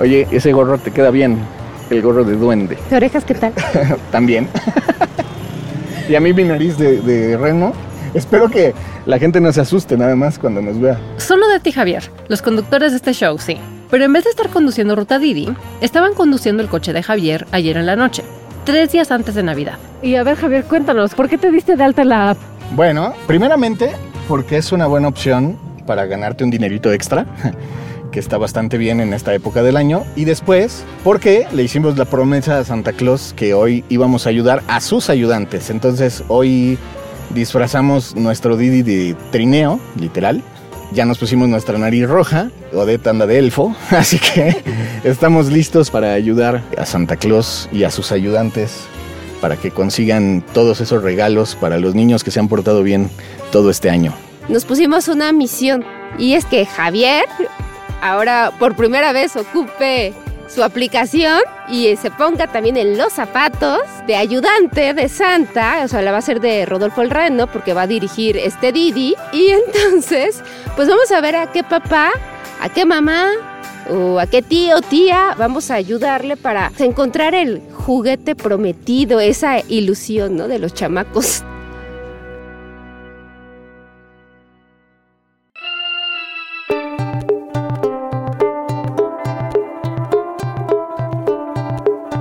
Oye, ese gorro te queda bien. El gorro de duende. ¿De orejas qué tal? También. y a mí mi nariz de, de reno. Espero que la gente no se asuste nada más cuando nos vea. Solo de ti, Javier. Los conductores de este show, sí. Pero en vez de estar conduciendo Ruta Didi, estaban conduciendo el coche de Javier ayer en la noche, tres días antes de Navidad. Y a ver, Javier, cuéntanos, ¿por qué te diste de alta en la app? Bueno, primeramente porque es una buena opción para ganarte un dinerito extra, que está bastante bien en esta época del año. Y después porque le hicimos la promesa a Santa Claus que hoy íbamos a ayudar a sus ayudantes. Entonces hoy disfrazamos nuestro Didi de trineo, literal. Ya nos pusimos nuestra nariz roja, o de tanda de elfo, así que estamos listos para ayudar a Santa Claus y a sus ayudantes para que consigan todos esos regalos para los niños que se han portado bien todo este año. Nos pusimos una misión y es que Javier ahora por primera vez ocupe su aplicación y se ponga también en los zapatos de ayudante de Santa, o sea, la va a ser de Rodolfo el Reno porque va a dirigir este Didi. Y entonces, pues vamos a ver a qué papá, a qué mamá o a qué tío o tía vamos a ayudarle para encontrar el juguete prometido, esa ilusión, ¿no? De los chamacos.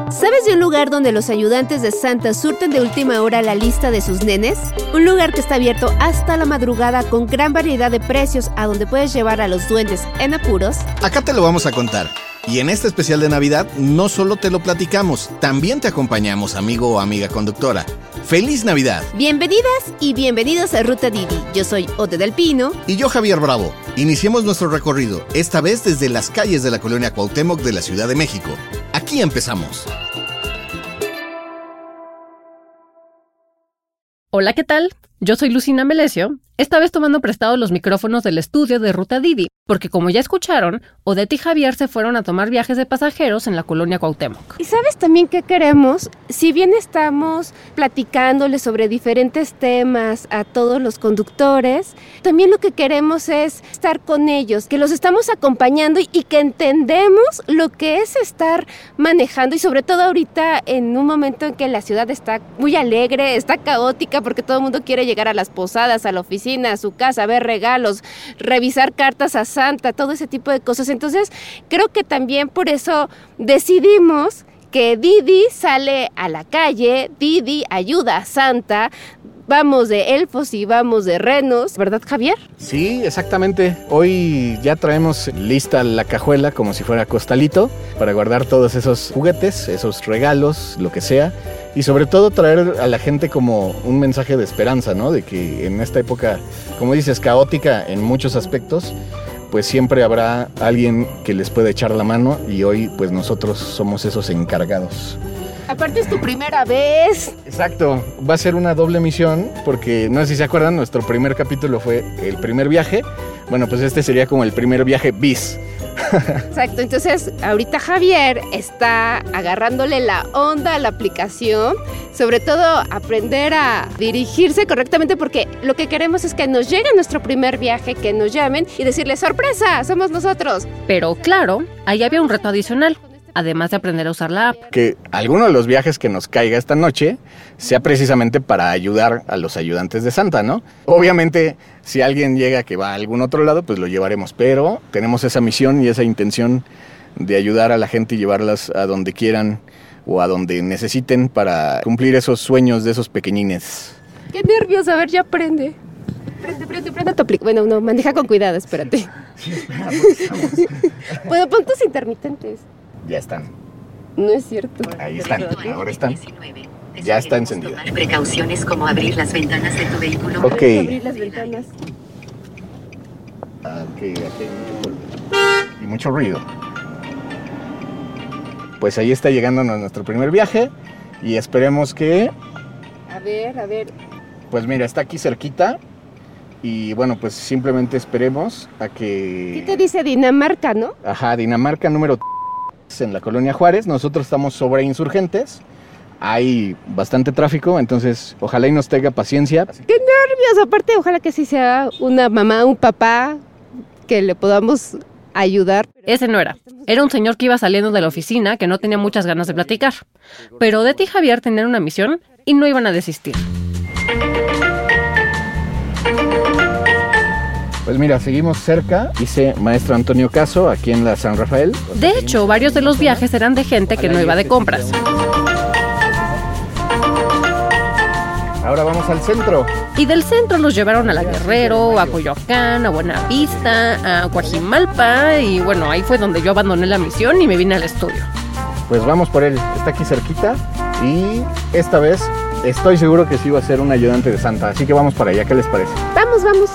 ¿Sabes de un lugar donde los ayudantes de Santa surten de última hora la lista de sus nenes? Un lugar que está abierto hasta la madrugada con gran variedad de precios a donde puedes llevar a los duendes en apuros. Acá te lo vamos a contar. Y en este especial de Navidad no solo te lo platicamos, también te acompañamos, amigo o amiga conductora. ¡Feliz Navidad! Bienvenidas y bienvenidos a Ruta Didi. Yo soy Ote del Pino. Y yo Javier Bravo. Iniciemos nuestro recorrido, esta vez desde las calles de la colonia Cuauhtémoc de la Ciudad de México. Aquí empezamos. Hola, ¿qué tal? Yo soy Lucina Melesio, esta vez tomando prestados los micrófonos del estudio de Ruta Didi, porque como ya escucharon, Odette y Javier se fueron a tomar viajes de pasajeros en la colonia Cuauhtémoc. Y sabes también qué queremos, si bien estamos platicándoles sobre diferentes temas a todos los conductores, también lo que queremos es estar con ellos, que los estamos acompañando y, y que entendemos lo que es estar manejando y sobre todo ahorita en un momento en que la ciudad está muy alegre, está caótica porque todo el mundo quiere llegar a las posadas, a la oficina, a su casa, a ver regalos, revisar cartas a Santa, todo ese tipo de cosas. Entonces, creo que también por eso decidimos que Didi sale a la calle, Didi ayuda a Santa, vamos de elfos y vamos de renos, ¿verdad Javier? Sí, exactamente. Hoy ya traemos lista la cajuela como si fuera costalito para guardar todos esos juguetes, esos regalos, lo que sea. Y sobre todo traer a la gente como un mensaje de esperanza, ¿no? De que en esta época, como dices, caótica en muchos aspectos, pues siempre habrá alguien que les pueda echar la mano y hoy pues nosotros somos esos encargados. Aparte es tu primera vez. Exacto, va a ser una doble misión porque no sé si se acuerdan, nuestro primer capítulo fue el primer viaje. Bueno, pues este sería como el primer viaje bis. Exacto, entonces ahorita Javier está agarrándole la onda a la aplicación, sobre todo aprender a dirigirse correctamente porque lo que queremos es que nos llegue nuestro primer viaje, que nos llamen y decirles sorpresa, somos nosotros. Pero claro, ahí había un reto adicional además de aprender a usar la app. Que alguno de los viajes que nos caiga esta noche sea precisamente para ayudar a los ayudantes de Santa, ¿no? Obviamente, si alguien llega que va a algún otro lado, pues lo llevaremos, pero tenemos esa misión y esa intención de ayudar a la gente y llevarlas a donde quieran o a donde necesiten para cumplir esos sueños de esos pequeñines. Qué nervios, a ver, ya aprende. Prende, prende, prende tu aplicación. Bueno, no, maneja con cuidado, espérate. Sí, espera, pues, bueno, pon tus intermitentes. Ya están. No es cierto. Ahí están, ahora están. Ya está encendido. Precauciones como abrir las ventanas de tu vehículo. Ok. Abrir las ventanas. Ah, ok, aquí hay mucho polvo. Y mucho ruido. Pues ahí está llegando nuestro primer viaje y esperemos que... A ver, a ver. Pues mira, está aquí cerquita y bueno, pues simplemente esperemos a que... ¿Qué te dice Dinamarca, no? Ajá, Dinamarca número en la colonia Juárez. Nosotros estamos sobre insurgentes. Hay bastante tráfico, entonces ojalá y nos tenga paciencia. ¡Qué nervios! Aparte, ojalá que sí sea una mamá, un papá, que le podamos ayudar. Ese no era. Era un señor que iba saliendo de la oficina que no tenía muchas ganas de platicar. Pero Odette y Javier tenían una misión y no iban a desistir. Pues mira, seguimos cerca, dice maestro Antonio Caso, aquí en la San Rafael. De hecho, varios de los viajes eran de gente que no iba de compras. Ahora vamos al centro. Y del centro los llevaron a La Guerrero, a Coyoacán, a Buenavista, a Coajimalpa y bueno, ahí fue donde yo abandoné la misión y me vine al estudio. Pues vamos por él, está aquí cerquita y esta vez estoy seguro que sí va a ser un ayudante de Santa, así que vamos para allá, ¿qué les parece? Vamos, vamos.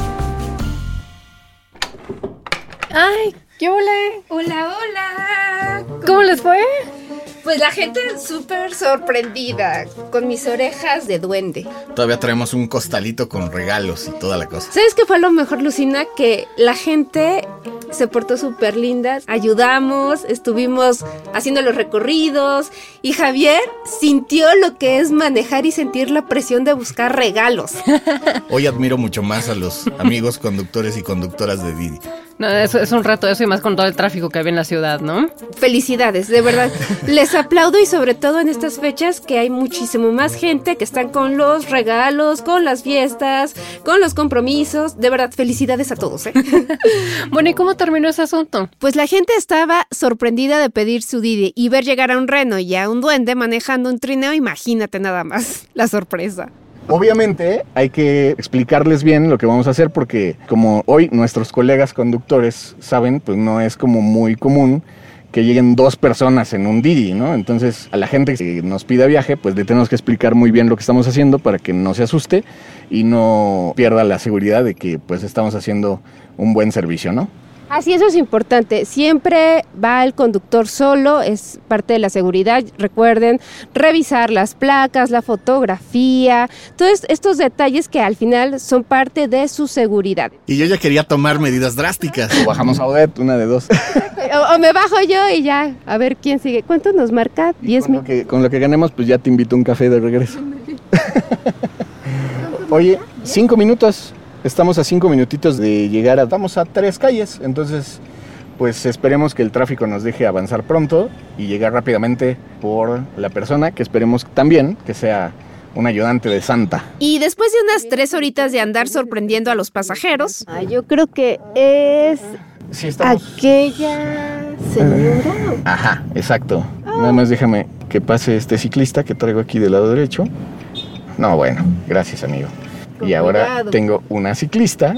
¡Ay! ¿Qué ole? Hola, hola. ¿Cómo les fue? Pues la gente súper sorprendida con mis orejas de duende. Todavía traemos un costalito con regalos y toda la cosa. ¿Sabes qué fue lo mejor, Lucina? Que la gente se portó súper linda, ayudamos, estuvimos haciendo los recorridos y Javier sintió lo que es manejar y sentir la presión de buscar regalos. Hoy admiro mucho más a los amigos conductores y conductoras de Didi. No, es, es un rato eso y más con todo el tráfico que había en la ciudad, ¿no? Felicidades, de verdad. Les aplaudo y sobre todo en estas fechas que hay muchísimo más gente que están con los regalos, con las fiestas, con los compromisos. De verdad, felicidades a todos. ¿eh? Bueno, ¿y cómo terminó ese asunto? Pues la gente estaba sorprendida de pedir su Didi y ver llegar a un reno y a un duende manejando un trineo, imagínate nada más la sorpresa. Obviamente hay que explicarles bien lo que vamos a hacer porque como hoy nuestros colegas conductores saben, pues no es como muy común que lleguen dos personas en un Didi, ¿no? Entonces a la gente que nos pida viaje, pues le tenemos que explicar muy bien lo que estamos haciendo para que no se asuste y no pierda la seguridad de que pues estamos haciendo un buen servicio, ¿no? Así, eso es importante. Siempre va el conductor solo, es parte de la seguridad. Recuerden revisar las placas, la fotografía, todos estos detalles que al final son parte de su seguridad. Y yo ya quería tomar medidas drásticas. O bajamos a Odette, una de dos. O, o me bajo yo y ya, a ver quién sigue. ¿Cuánto nos marca? Y Diez con, lo mil. que, con lo que ganemos, pues ya te invito a un café de regreso. Oye, cinco minutos. Estamos a cinco minutitos de llegar a... Estamos a tres calles, entonces pues esperemos que el tráfico nos deje avanzar pronto y llegar rápidamente por la persona, que esperemos también que sea un ayudante de Santa. Y después de unas tres horitas de andar sorprendiendo a los pasajeros, Ah, yo creo que es Sí, aquella señora. Ajá, exacto. Nada más déjame que pase este ciclista que traigo aquí del lado derecho. No, bueno, gracias amigo. Y ahora cuidado. tengo una ciclista.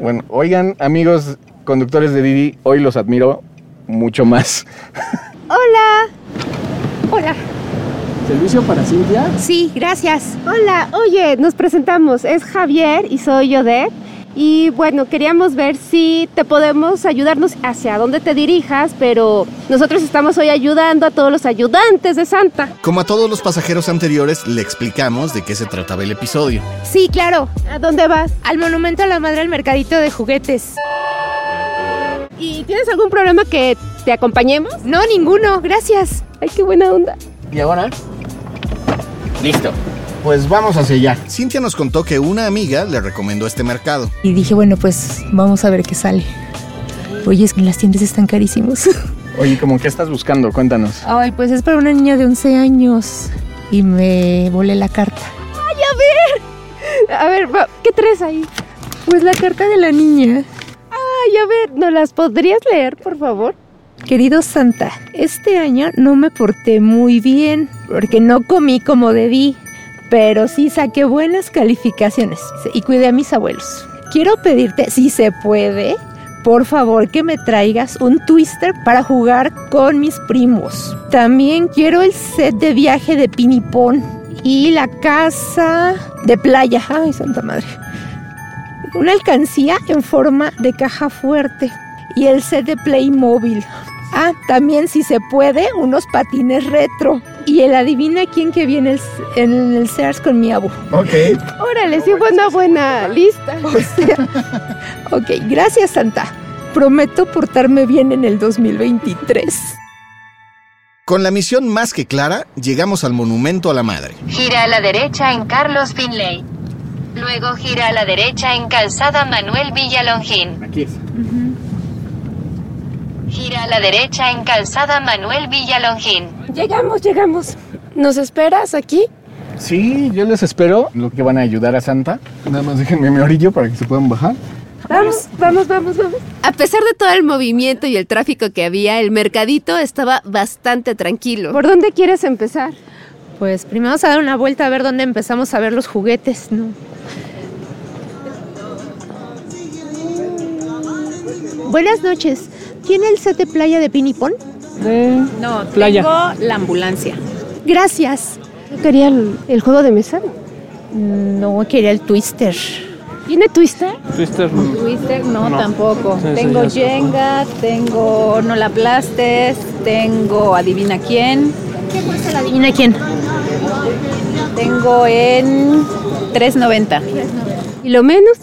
Bueno, oigan amigos conductores de Didi, hoy los admiro mucho más. Hola, ¿Servicio para Cintia? sí, gracias. hola. Oye, nos presentamos. Es Javier y soy Odette. Y bueno, queríamos ver si te podemos ayudarnos hacia dónde te dirijas, pero nosotros estamos hoy ayudando a todos los ayudantes de Santa. Como a todos los pasajeros anteriores, le explicamos de qué se trataba el episodio. Sí, claro. ¿A dónde vas? Al monumento a la madre al mercadito de juguetes. ¿Y tienes algún problema que te acompañemos? No, ninguno, gracias. Ay, qué buena onda. ¿Y ahora? Listo. Pues vamos hacia allá. Cintia nos contó que una amiga le recomendó este mercado. Y dije, bueno, pues vamos a ver qué sale. Oye, es que las tiendas están carísimos. Oye, ¿cómo qué estás buscando? Cuéntanos. Ay, pues es para una niña de 11 años. Y me volé la carta. A ver, va- ¿qué traes ahí? Pues la carta de la niña. Ay, a ver, ¿nos las podrías leer, por favor? Querido Santa, este año no me porté muy bien porque no comí como debí, pero sí saqué buenas calificaciones y cuidé a mis abuelos. Quiero pedirte, si se puede, por favor que me traigas un twister para jugar con mis primos. También quiero el set de viaje de Pinipón y la casa de playa. Ay, Santa Madre. Una alcancía en forma de caja fuerte y el set de Playmobil. Ah, también si se puede, unos patines retro. Y el adivina quién que viene el- en el Sears con mi abu. Ok. Órale, sí fue una buena lista. O sea, ok, gracias Santa. Prometo portarme bien en el 2023. Con la misión más que clara, llegamos al monumento a la madre. Gira a la derecha en Carlos Finley. Luego gira a la derecha en Calzada Manuel Villalongín. Aquí es. Gira a la derecha en Calzada Manuel Villalongín. Llegamos, llegamos. ¿Nos esperas aquí? Sí, yo les espero. Lo que van a ayudar a Santa. Nada más déjenme mi orillo para que se puedan bajar. Vamos, Pues, vamos, vamos, vamos. A pesar de todo el movimiento y el tráfico que había, el mercadito estaba bastante tranquilo. ¿Por dónde quieres empezar? Pues primero vamos a dar una vuelta a ver dónde empezamos a ver los juguetes, ¿no? Buenas noches. ¿Tiene el set de playa de Pinipón? No, tengo Playa. la ambulancia. Gracias. Yo quería el, el juego de mesa. Mm, No, quería el twister. ¿Tiene Twister? Twister. Twister no, No. tampoco. Sí, sí, tengo ya sé. Jenga, tengo No la aplastes, tengo Adivina quién, ¿Adivina quién? tengo en 390. Y lo menos.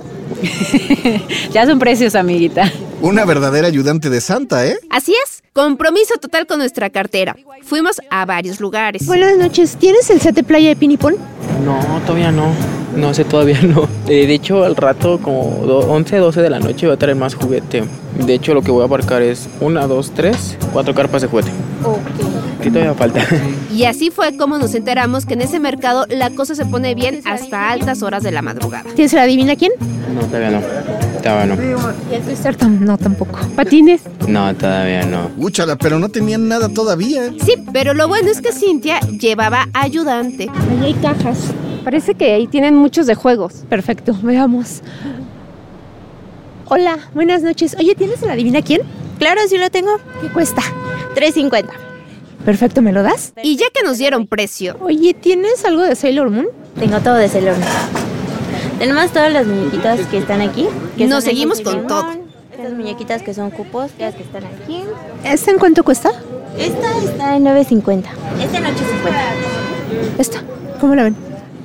Ya son precios, amiguita. Una verdadera ayudante de Santa, ¿eh? Así es, compromiso total con nuestra cartera. Fuimos a varios lugares. Buenas noches. ¿Tienes el set de playa de Pinipón? No, todavía no. No sé, todavía no. Eh, de hecho, al rato, como do- 11, 12 de la noche, voy a traer más juguete. De hecho, lo que voy a aparcar es una, dos, tres, cuatro carpas de juguete. Ok. Sí, todavía falta. Y así fue como nos enteramos que en ese mercado la cosa se pone bien hasta altas horas de la madrugada. ¿Tienes el adivina quién? No, todavía no. Todavía no. ¿Y el twister? tam- No, tampoco. Patines. No, todavía no. Úchala, pero no tenían nada todavía. Sí, pero lo bueno es que Cintia llevaba ayudante. Ahí hay cajas. Parece que ahí tienen muchos de juegos. Perfecto, veamos. Hola, buenas noches. Oye, ¿tienes el adivina quién? Claro, sí lo tengo. ¿Qué cuesta? 3.50. Perfecto, ¿me lo das? Y ya que nos dieron precio, Oye, ¿tienes algo de Sailor Moon? Tengo todo de Sailor Moon. Tenemos todas las muñequitas que están aquí. Que Nos son seguimos esas de con Sailor Moon, Estas muñequitas que son cupos, las que están aquí. ¿Esta en cuánto cuesta? Esta está en 9.50. Esta en 8.50. Esta. ¿Cómo la ven?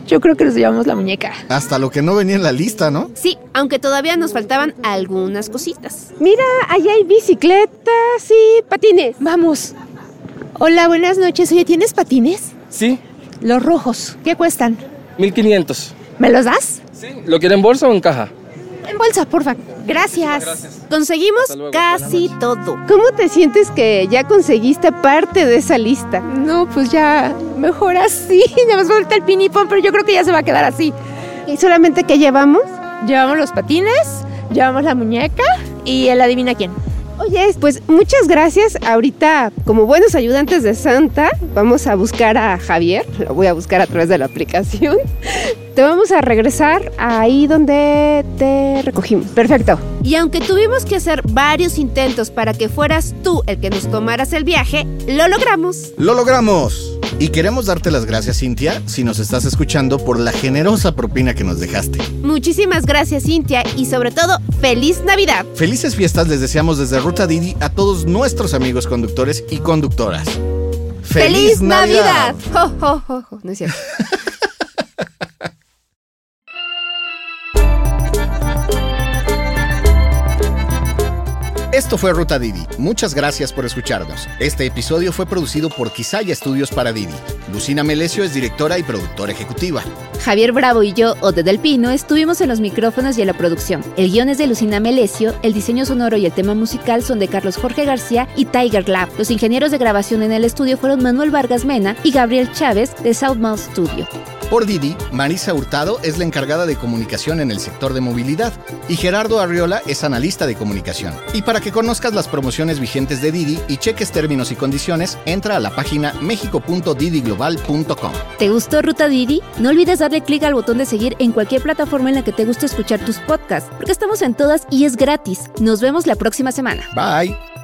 Yo creo que nos llevamos la muñeca. Hasta lo que no venía en la lista, ¿no? sí, aunque todavía nos faltaban algunas cositas. Mira, ahí hay bicicletas y patines. Vamos. Hola, buenas noches. Oye, ¿tienes patines? Sí, Los rojos. ¿Qué cuestan? 1500. ¿Me los das? Sí. ¿Lo quiere en bolsa o en caja? En bolsa, porfa. Gracias. Conseguimos Hasta luego, casi todo. ¿Cómo te sientes que ya conseguiste parte de esa lista? No, pues ya, mejor así. Nada más falta el pinipón, pero yo creo que ya se va a quedar así. ¿Y solamente qué llevamos? Llevamos los patines, llevamos la muñeca y el adivina quién. Oye, pues muchas gracias. Ahorita, como buenos ayudantes de Santa, vamos a buscar a Javier. Lo voy a buscar a través de la aplicación. Te vamos a regresar ahí donde te recogimos. Perfecto. Y aunque tuvimos que hacer varios intentos para que fueras tú el que nos tomaras el viaje, lo logramos. Lo logramos. Y queremos darte las gracias, Cintia, si nos estás escuchando por la generosa propina que nos dejaste. Muchísimas gracias Cintia y sobre todo, feliz Navidad. Felices fiestas les deseamos desde Ruta Didi a todos nuestros amigos conductores y conductoras. Jo, jo, jo, jo. No es cierto. Esto fue Ruta Didi. Muchas gracias por escucharnos. Este episodio fue producido por Quisaya Estudios para Didi. Lucina Melesio es directora y productora ejecutiva. Javier Bravo y yo, Ode del Pino, estuvimos en los micrófonos y en la producción. El guión es de Lucina Melesio, el diseño sonoro y el tema musical son de Carlos Jorge García y Tiger Lab. Los ingenieros de grabación en el estudio fueron Manuel Vargas Mena y Gabriel Chávez de Southmouth Studio. Por Didi, Marisa Hurtado es la encargada de comunicación en el sector de movilidad y Gerardo Arriola es analista de comunicación. Y para que conozcas las promociones vigentes de Didi y cheques términos y condiciones, entra a la página mexico.didiglobal.com. ¿Te gustó Ruta Didi? No olvides darle clic al botón de seguir en cualquier plataforma en la que te guste escuchar tus podcasts, porque estamos en todas y es gratis. Nos vemos la próxima semana. Bye.